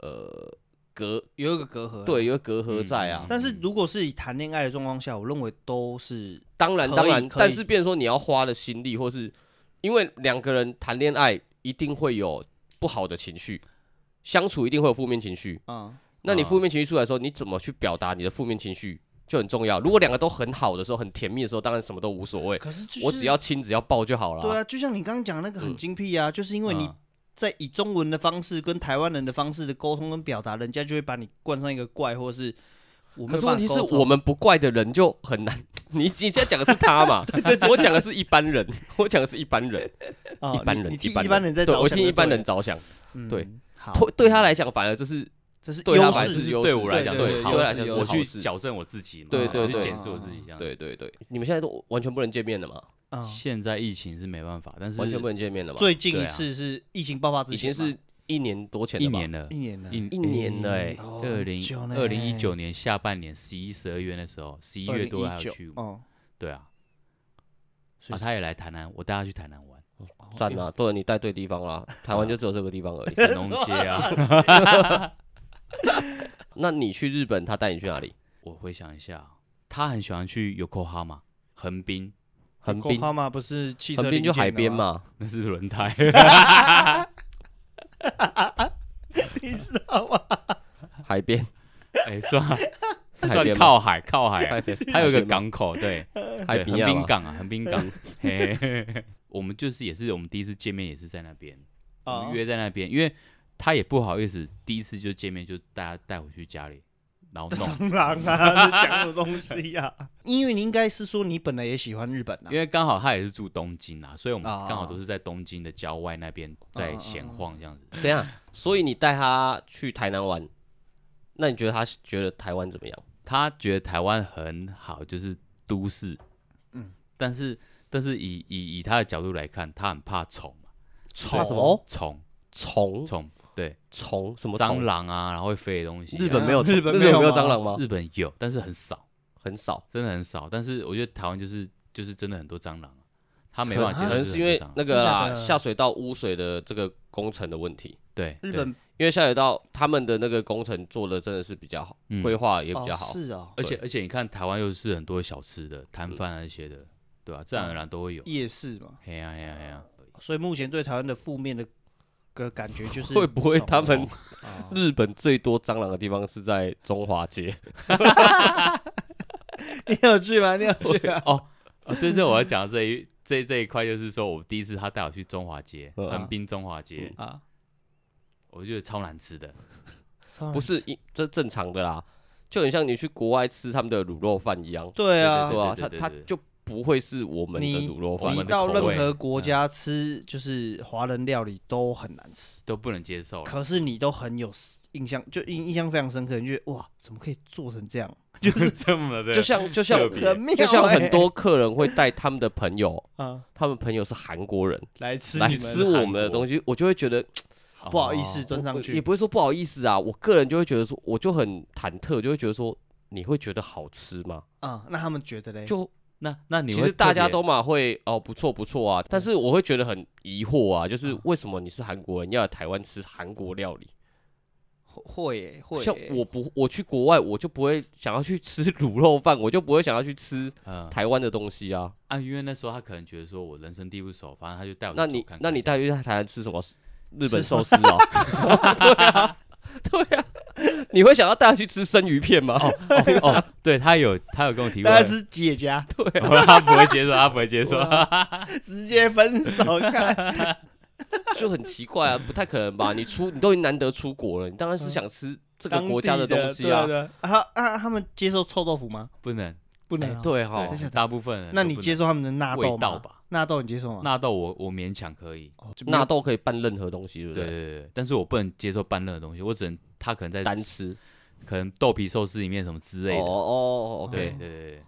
呃隔有一个隔阂啦。对有个隔嗯阂在啊。但是如果是以谈恋爱的状况下，我认为都是当然可以当然，可以但是变成说你要花的心力，或是因为两个人谈恋爱一定会有不好的情绪，相处一定会有负面情绪。啊，那你啊负面情绪出来的时候，你怎么去表达你的负面情绪就很重要。如果两个都很好的时候，很甜蜜的时候，当然什么都无所谓，可是就是我只要亲只要抱就好了。对啊，就像你刚刚讲的那个很嗯精辟啊，就是因为你嗯在以中文的方式跟台湾人的方式的沟通跟表达，人家就会把你冠上一个怪，或是我没可有是办法问题是沟通我们不怪的人就很难。你你现在讲的是他 嘛？我讲的是一般人，我讲的是一般人，啊一般你人你，替般一般人在对着我想听就一般对人了，着想，嗯对，好，对对他来讲反而就是这是对他优反而势是是优势对我来讲对是对好对事对对我去好事矫正我自己嘛，对对我去对检视我自己这样。对对对，你们现在都完全不能见面了嘛？啊，现在疫情是没办法，但是完全不能见面了嘛？最近一对啊次是疫情爆发之已前经嘛，是一年多前了一吧年了一，年了，一哎一年了欸哦二很零久呢二零一九年下半年十一、十二月那时候，十一月多还有2019去，哦，对啊，所啊以他也来台南，我带他去台 南玩，算哦了，对你带对地方啦，台湾就只有这个地方而已。神农街啊。 那你去日本，他带你去哪里？我回想一下，他很喜欢去 Yokohama 横滨，横滨，嘛不是汽车横滨就零件海的边吗？嘛。那是轮 胎。海边，哎、算了是海算边吗靠海，靠海啊、海边， 还有一个港口， 对，海对横滨边嘛，海边港，港啊，横滨港。 嘿嘿嘿 我们就是也是我们第一次见面也是在那边，我哦啊们，约在那边，因为他也不好意思，第一次就见面就带他带回去家里，然后 当弄。然啊，这讲什么东西呀？因为你应该是说你本来也喜欢日本啊因，为刚好他也是住东京啊，所以我们啊哦刚好都是在东京的郊外那边在闲晃这样子。等一下，所以你带他去台南玩，那你觉得他觉得台湾怎么样？他觉得台湾很好，就是都市，嗯，但是但是以以以他的角度来看，他很怕虫嘛，怕什么？虫虫虫对，虫什么虫蟑？螂啊，然后会飞的东西啊。日本没有日虫，日本本没有没有吗蟑螂吗？日本有，但是很少，很少。真的很少。但是我觉得台湾就是就是真的很多蟑螂啊，他没办法接受可能这是种因赔为偿，那个真啊的假的下水道污水的这个工程的问题，对日对本因为下水道他们的那个工程做的真的是比较好，嗯规划也比哦较好。是哦，而且而且你看台湾又是很多小吃的摊贩啊那些的，对吧、嗯自然而然都会有。夜市嘛，嘿呀嘿呀嘿呀，所以目前对台湾的负面的个感觉就是会不会他们啊日本最多蟑螂的地方是在中华街？ 你有去吗？你有去啊吗？哦哦，对对，我要讲这一这这一块就是说，我第一次他带我去中华街，嗯横滨中华街，啊，我觉得超难吃的。嗯不是，一这正常的啦，就很像你去国外吃他们的卤肉饭一样，对啊，对吧？对对它对它对对就不会是我们的嗯你卤肉我饭你们。的到口任味何国家吃就是华人料理都很难吃，都不能接受了，可是你都很有印象，就印印象非常深刻，你觉得哇，怎么可以做成这样？就是 这么的，就像就像特别很妙就像欸很多客人会带他们的朋友，啊，他们朋友是韩国人来吃来你们吃我们的东西，我就会觉得哦不好意思蹲上我也去，不会说不好意思啊，我个人就会觉得说，我就很忐忑，就会觉得说，你会觉得好吃吗？啊，那他们觉得嘞，就那那你其会实大特家别都嘛会哦，不错不错啊，但是我会觉得很疑惑啊，就是为什么你是韩国人要来台湾吃韩国料理？会耶会耶，像我不我去国外，我就不会想要去吃卤肉饭，我就不会想要去吃嗯台湾的东西啊。啊，因为那时候他可能觉得说我人生地不熟，反正他就带我去那走你看那看你这样带去台湾吃什么？日吃什本寿么 司啊？对啊，对啊，你会想要带他去吃生鱼片吗？哦，对他有他有跟我提过，大家吃姐家 他不会接受，他不会接受， 直接分手，看就很奇怪啊，不太可能吧？你出你都已经难得出国了，你当然是想吃这个当国家地的东西啊。对啊对啊，啊啊他们接受臭豆腐吗？不能。不哎能啊，对对哈，真假的大部分人那都你不接能受他们的纳味豆道吗？吧？纳豆你接受吗？纳豆我我勉强可以，哦就没有纳豆可以拌任何东西，对不对对对？对，对但是我不能接受拌热的东西，我只能他可能在单吃可能豆皮寿司里面什么之哦类的。哦对，OK。对对对，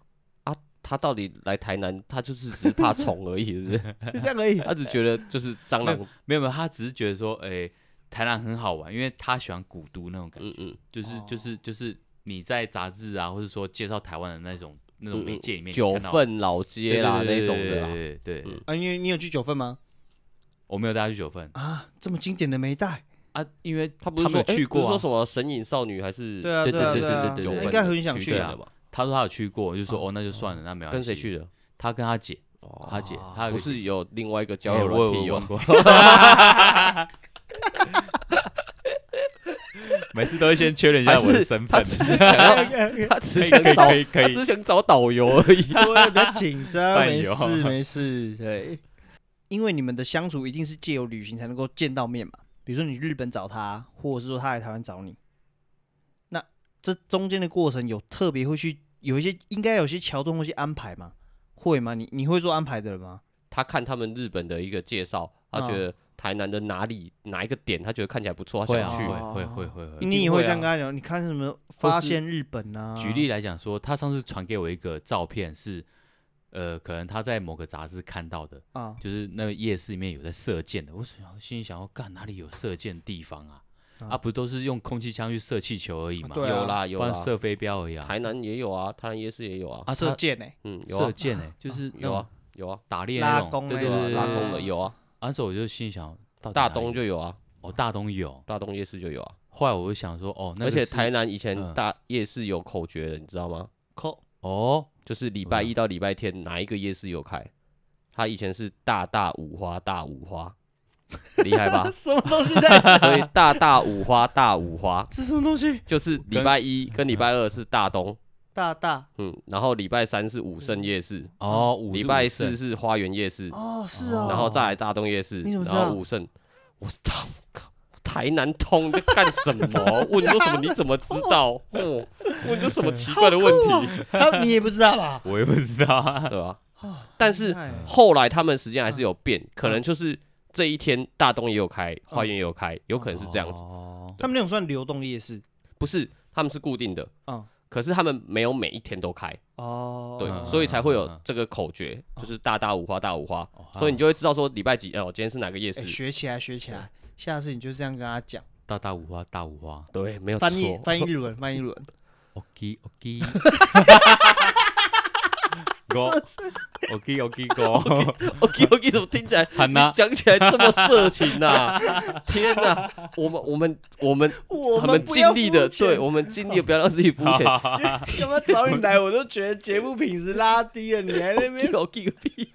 他到底来台南，他就是只是怕虫而已，是不 是？ 就这样 而已。他只觉得就是蟑螂，没有没有，他只是觉得说，哎，台南很好玩，因为他喜欢古都那种感嗯觉，嗯，就是哦就是就是你在杂志啊，或者说介绍台湾的那种那种媒介里面你嗯九看到份老街对啦那对种对的啦，嗯对对对对，对啊，因为你有去九份吗？我没有带他去九份啊，这么经典的没 带。啊，因为他不是说没有去诶不是过说啊，什么神隐少女还是对啊对对啊对对啊对对对啊对，应该很想去去啊的吧？他说他有去过，我就说哦，那就算了，那没有跟谁去的？他跟他姐，哦他姐，他有不个姐是有另外一个交哎友我软体有有 玩？过，每次都会先确认一还下我的是身 他份。只是想 要不他只可以想找，可以可以他只想找导游而已。要紧张，伴哎没游事没事。对，因为你们的相处一定是借由旅行才能够见到面嘛。比如说你日本找他，或者是说他来台湾找你，那这中间的过程有特别会去有一些应该有些桥段会去安排吗？会吗？你你会做安排的人吗？ 他看他们日本的一个介绍，他觉得台南的哪里哪一个点，他觉得看起来不错，他会想啊去。哦会会会会会。你也会会啊这样跟他讲？你看什么发现日本啊？举例来讲说，他上次传给我一个照片是，呃，可能他在某个杂志看到的，啊，就是那个夜市里面有在射箭的。我想心里想要干哪里有射箭地方啊？啊嗯啊，不都是用空气枪去射气球而已嘛，对啊有啦有不然啦，射飞镖而已啊。 台南也有啊，台南夜市也有啊，啊，射射箭呢？嗯，有射啊，箭哎，就是那有种啊，有啊，打猎拉那种，弓对那对种对，拉对弓的对有啊，那时候我就心想，到底大哪东里就有啊，哦，大东有。大东夜市就有啊，后来我就想说，哦，那而个且是台南以前嗯大夜市有口诀的，你知道吗？扣？哦，就是礼拜一到礼拜天哪一个夜市有开？他以前是大大五花大五花，厉害吧 什么东西在吃？所以大大五花大五花这什么东西？就是礼拜一跟礼拜二是大东，大大嗯，然后礼拜三是武圣夜市，哦，五礼十五拜胜四是花园夜市，哦，是哦，然后再来大东夜市，你怎么然知道后武圣，我操，靠台南通你在干 什么？问这什么？你怎么知道？嗯，问这什么奇怪的问哦 题？他你也不知道 吧？我也不知道 啊。对吧？ 啊但是厉害后来他们时间还嗯是有变，可能就是这一天大东也有开，花园也有开，有可能是这样子，哦子，他们那种算流动夜市不是他们是固定的，啊。可是他们没有每一天都开。哦，对，嗯所以才会有嗯嗯这个口诀，就是大大五花大五花，哦所以你就会知道说礼拜几哦，今天是哪个夜哎市。学起来，学起来，下次你就这样跟他讲，大大五花，大五花对，没有错翻。译翻译日文，翻译日文， ，OK OK。 哥，OK OK 哥， OK OK，怎么听起来喊呐你讲起来这么色情呐、 天哪、我们我们我们我们不要尽力的，肤浅对，我们尽力地不要让自己肤 浅。 要不要找你来，我都觉得节目品质拉低了，你还在那边 OK 个屁！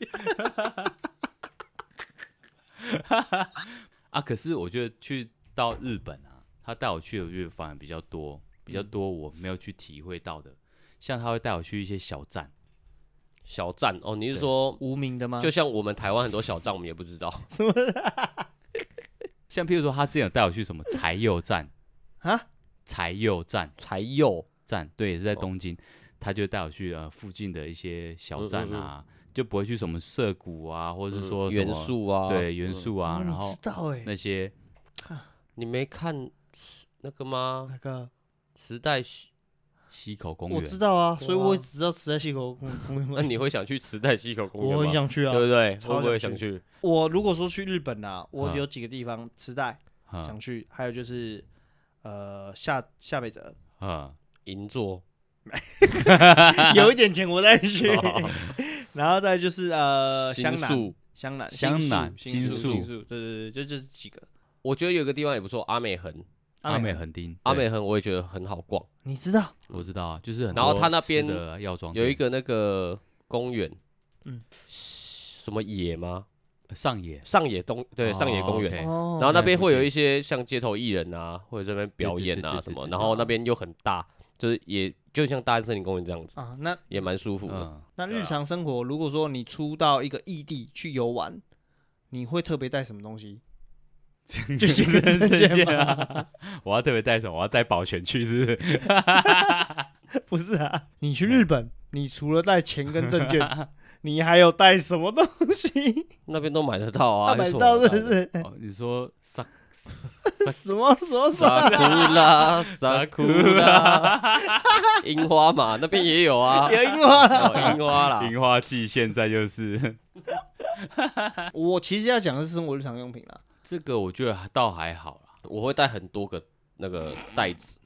啊，可是我觉得去到日本啊，他带我去的乐反而比较多，比较多我没有去体会到的，像他会带我去一些小站，小站哦，你是说无名啊的吗？就像我们台湾很多小站，我们也不 知道。像譬如说他之前有带我去什么柴油站，啊，柴油站才有站，对，也是在东京，他就带我去呃附近的一些小站啊，就不会去什么涩谷啊，或者是说什么嗯元、素啊，对元素啊，哦然你后知道哎，那些你没看那个吗？那个时代西， 溪口公我园，知道啊，对啊所以我只知道池袋西口公公那园，你会想去时代西口公园吗？我很想去啊对。不对？超会不会想想去去？我如果说去日本啊，我嗯有几个地方池袋想嗯去，还有就是呃下下北泽，嗯，银座有一点钱我再去， 然后再就是呃新香南宿，香南香南新新宿宿新宿，对对对，就这几个。我觉得有个地方也不错，阿美横，阿美横丁，阿对美横我也觉得很好逛，你知道我知道啊，就是很然后多他那吃边的药妆有一店个那个公园，嗯嗯，什么野吗？上野，上野东对上野公园，哦哦，OK 然后那边那附会有近一些像街头艺人啊，或者这边表对对演对啊对什对么，对然后那边又很大，就是也就像大安森林公园这样子，啊，那也蛮舒服的。 嗯，那日常生活，如果说你出到一个异地去游玩，你会特别带什么东西？就行这证件啊！ 我要特别带什么？我要带保全去，是不是？ 不是啊，你去日本，你除了带钱跟证嗯件， 你还有带什么东西？那边都买得到啊，他买有什么到好是带不的？是？哦，你说萨什 么什么什么？萨库 拉，萨库拉，樱花嘛，那边也 有啊，有樱花啦。哦樱花啦，樱花季现在就是 我其实要讲的是生活日常用品啦，这个，我觉得倒还好啦，我会带很多个那个袋子，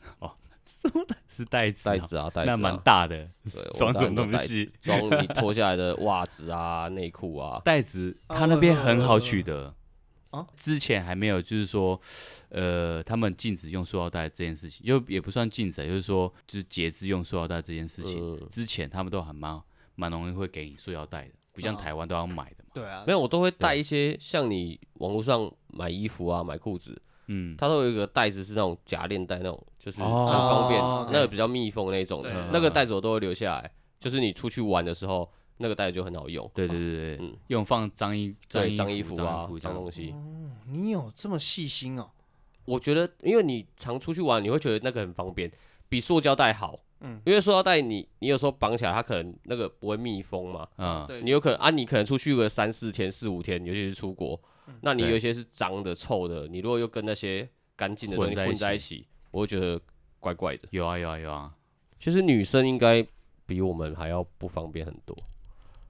是袋子啊，袋子啊，袋子那啊，蛮大的对，我装带什很么多东袋子西？装你脱下来的袜子啊、内裤啊，袋子，啊他我那有边我有很我好有取得哦啊。之前还没有，就是说，呃，他们禁止用塑料袋这件事情，就也不算禁止啊，就是说，就是节制用塑料袋这件事情。嗯之前他们都还蛮蛮容易会给你塑料袋的，不像啊哦台湾都要买的嘛。对啊没有，我都会带一些像你网络上买衣服啊、买裤子，嗯，它都有一个袋子是那种夹链袋那种，就是很哦方便哦，那个比较密封那种对的，那个袋子我都会留下来，就是你出去玩的时候，那个袋子就很好用，对对对对嗯，用放脏衣对，脏衣衣服服啊、脏脏东东西。西，哦你有这么细心哦。我觉得，因为你常出去玩，你会觉得那个很方便，比塑胶袋好。嗯因为塑胶袋你你有时候绑起来，它可能那个不会密封嘛，嗯，对你有可能啊，你可能出去个三四天、四五天，尤其是出国，嗯那你对有一些是脏的、臭的，你如果又跟那些干净的东西混在一混起在一起，我会觉得怪怪的。有啊有啊有啊，其实女生应该比我们还要不方便很多，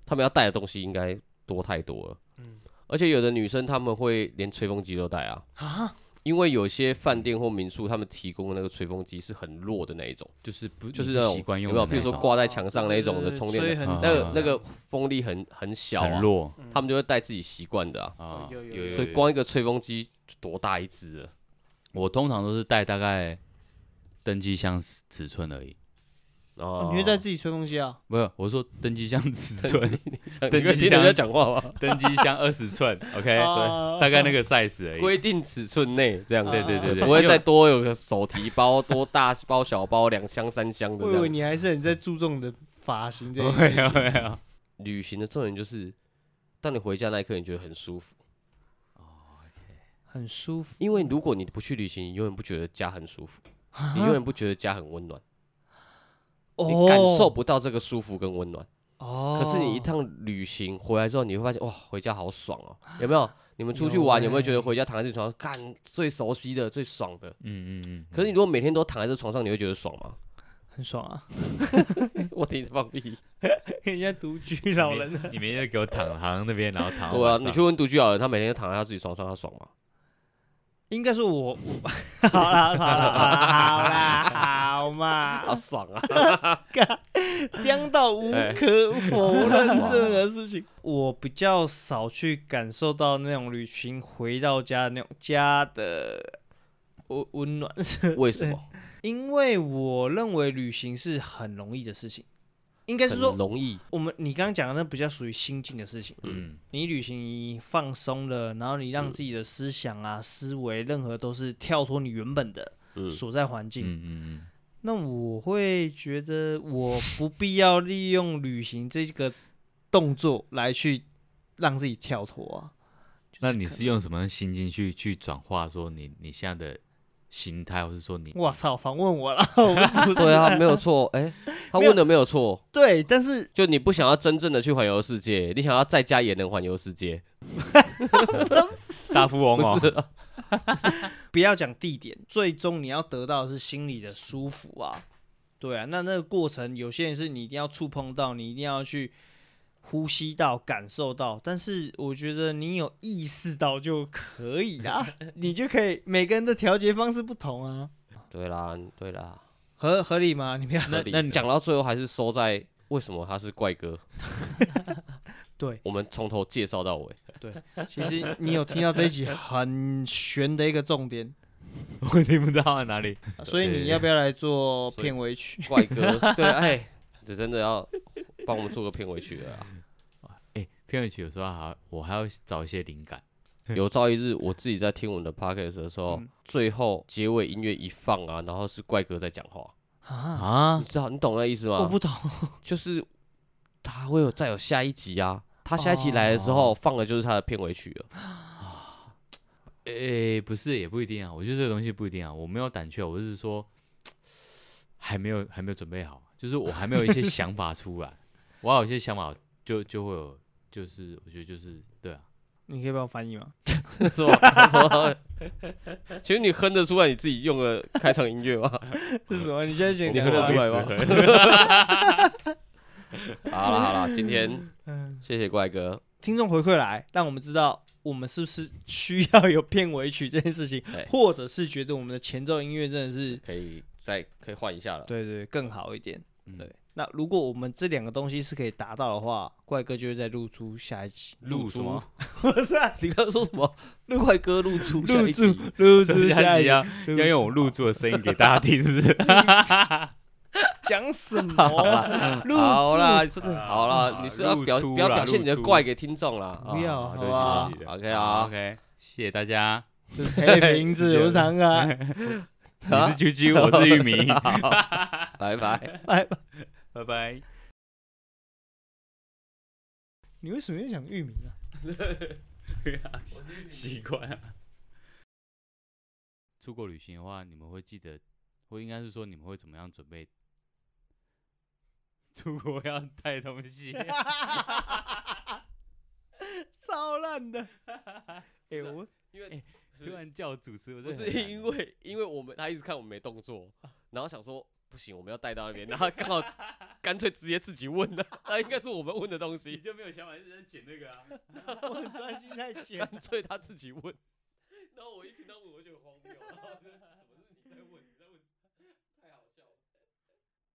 她们要带的东西应该多太多了。嗯而且有的女生她们会连吹风机都带啊，啊，因为有些饭店或民宿他们提供的那个吹风机是很弱的那一种，就是不就是你不那种习惯用有的没那有？种，比如说挂在墙上那一种对的对对充电吹的，嗯哦很啊那久个的那个风力很很小很啊，弱他们就会带自己习惯的啊。啊，有有有所以光一个吹风机就多大一只了，我通常都是带大概登机箱尺寸而已，哦你会带自己吹风机啊？不是我说登机箱尺寸， 你会听人家讲话吗？ 登机箱二十 寸，OK，啊对，大概那个 size 而已。规定尺寸内这样子，啊对对对对不会 因为再多有个手提包，多大包小包，两箱三箱的我这以为样。你还是很在注重你的发型这一 没些。啊有没有，旅行的重点就是，当你回家那一刻，你觉得很舒服，很舒服。因为如果你不去旅行，你永远不觉得家很舒服，啊你永远不觉得家很温暖，你感受不到这个舒服跟温暖。哦，可是你一趟旅行回来之后，你会发现哇，回家好爽哦，有没有？你们出去玩有有没有觉欸得回家躺在自己床上，干最熟悉的、最爽的？嗯嗯嗯，可是你如果每天都躺在这床上，你会觉得爽 吗？很爽啊！ 我听你放屁。人家独居老人啊，你们就给我躺躺那边，然后躺到对啊，晚你上去问独居老人，他每天躺在他自己床上，他爽吗？ 应该说我我好啦好啦好啦好啦好嘛，好爽啊！僵到无哎可否认这个事情。我比较少去感受到那种旅行回到家那种家的温温暖， 为什 么？因为我认为旅行是很容易的事情，应该是说很容易，我们你刚刚讲的那比较属于心境的事情。嗯，你旅行你放松了，然后你让自己的思想啊、思维，任何都是跳脱你原本的嗯所在环境。嗯嗯嗯，那我会觉得我不必要利用旅行这个动作来去让自己跳脱啊。那你是用什么心境去去转化？说你你现在的心态，或是说你我操，访问我了，我们 主持对啊，人没 有错。哎，他没有问的没有错，对，但是就你不想要真正的去环游世界，你想要在家也能环游世界，大富翁哦，啊不要讲地点，最终你要得到的是心里的舒服啊。对啊，那那个过程，有些人是你一定要触碰到，你一定要去呼吸到、感受到。但是我觉得你有意识到就可以 啦，你就可以。每个人的调节方式不同啊，对啦，对啦。合合理吗？你们要那那那你你讲到最后还是收在为什么他是怪 哥？对 我们从头介绍到尾，对， 其实你有听到这一集很悬的一个重点， 我听不到在哪里。 啊所以你要不要来做片尾曲？怪哥，对，哎，这真的要帮我们做个片尾曲了啊。哎，片尾曲有时候还我还要找一些灵感。 有朝一日我自己在听我们的 podcast 的时候，嗯最后结尾音乐一放啊，然后是怪哥在讲话， 啊，啊你，知道你懂那意思吗？我不懂，就是他会有再有下一集啊，他下一集来的时哦候、放的就是他的片尾曲了。 诶、不是，也不一定啊。我觉得这个东西不一定啊，我没有胆怯，我是说还没有还没有准备好，就是我还没有 一些想法出来，我要有一些想法就就会有，就是我觉得就是对 啊，你可以帮我翻译 吗？是吧？他说 他会，请问你哼得出来你自己用的开场音乐吗？ 是什么？你现在先你讲喝得话出来吗？ 好啦好啦，今天嗯，谢谢怪哥，听众回馈来，让我们知道我们是不是需要有片尾曲这件事情对，或者是觉得我们的前奏音乐真的是可以再可以换一下了。对对更好一点。嗯对，那如果我们这两个东西是可以达到的话，怪哥就会再露出下一集。露什么？不是啊你刚刚说什 么？怪哥露出 下露一出集露是不出是下下一一集集，露要要出用我露住的声音给大家听，是不 是？讲什么啊？露好出啦，真的好啦，啊你是要表露出啦不要表现你的露出怪给听众啦？不要 啊好哦对不啊起对不起对不起 OK 啊好，OK，谢哎谢大 家。这是黑瓶 子，我是唐哥，你是啾啾，我是玉 米，拜拜。哎， 拜拜。你为什么要讲玉米啊？，啊习惯啊。出国旅行的话，你们会记得，或应该是说你们会怎么样准备？出国要带东 西 超烂的。哎、我因为哎突然叫主持，我 不真的是很难因为因为我们他一直看我们没动作，然后想说不行，我们要带到那边，然 后刚好干脆直接自己问了，那应该是我们问的东你西，就没有想法，一直在剪那个啊。我很专心在剪干脆他自己问。然后我一听到问，我就很荒谬。然后我就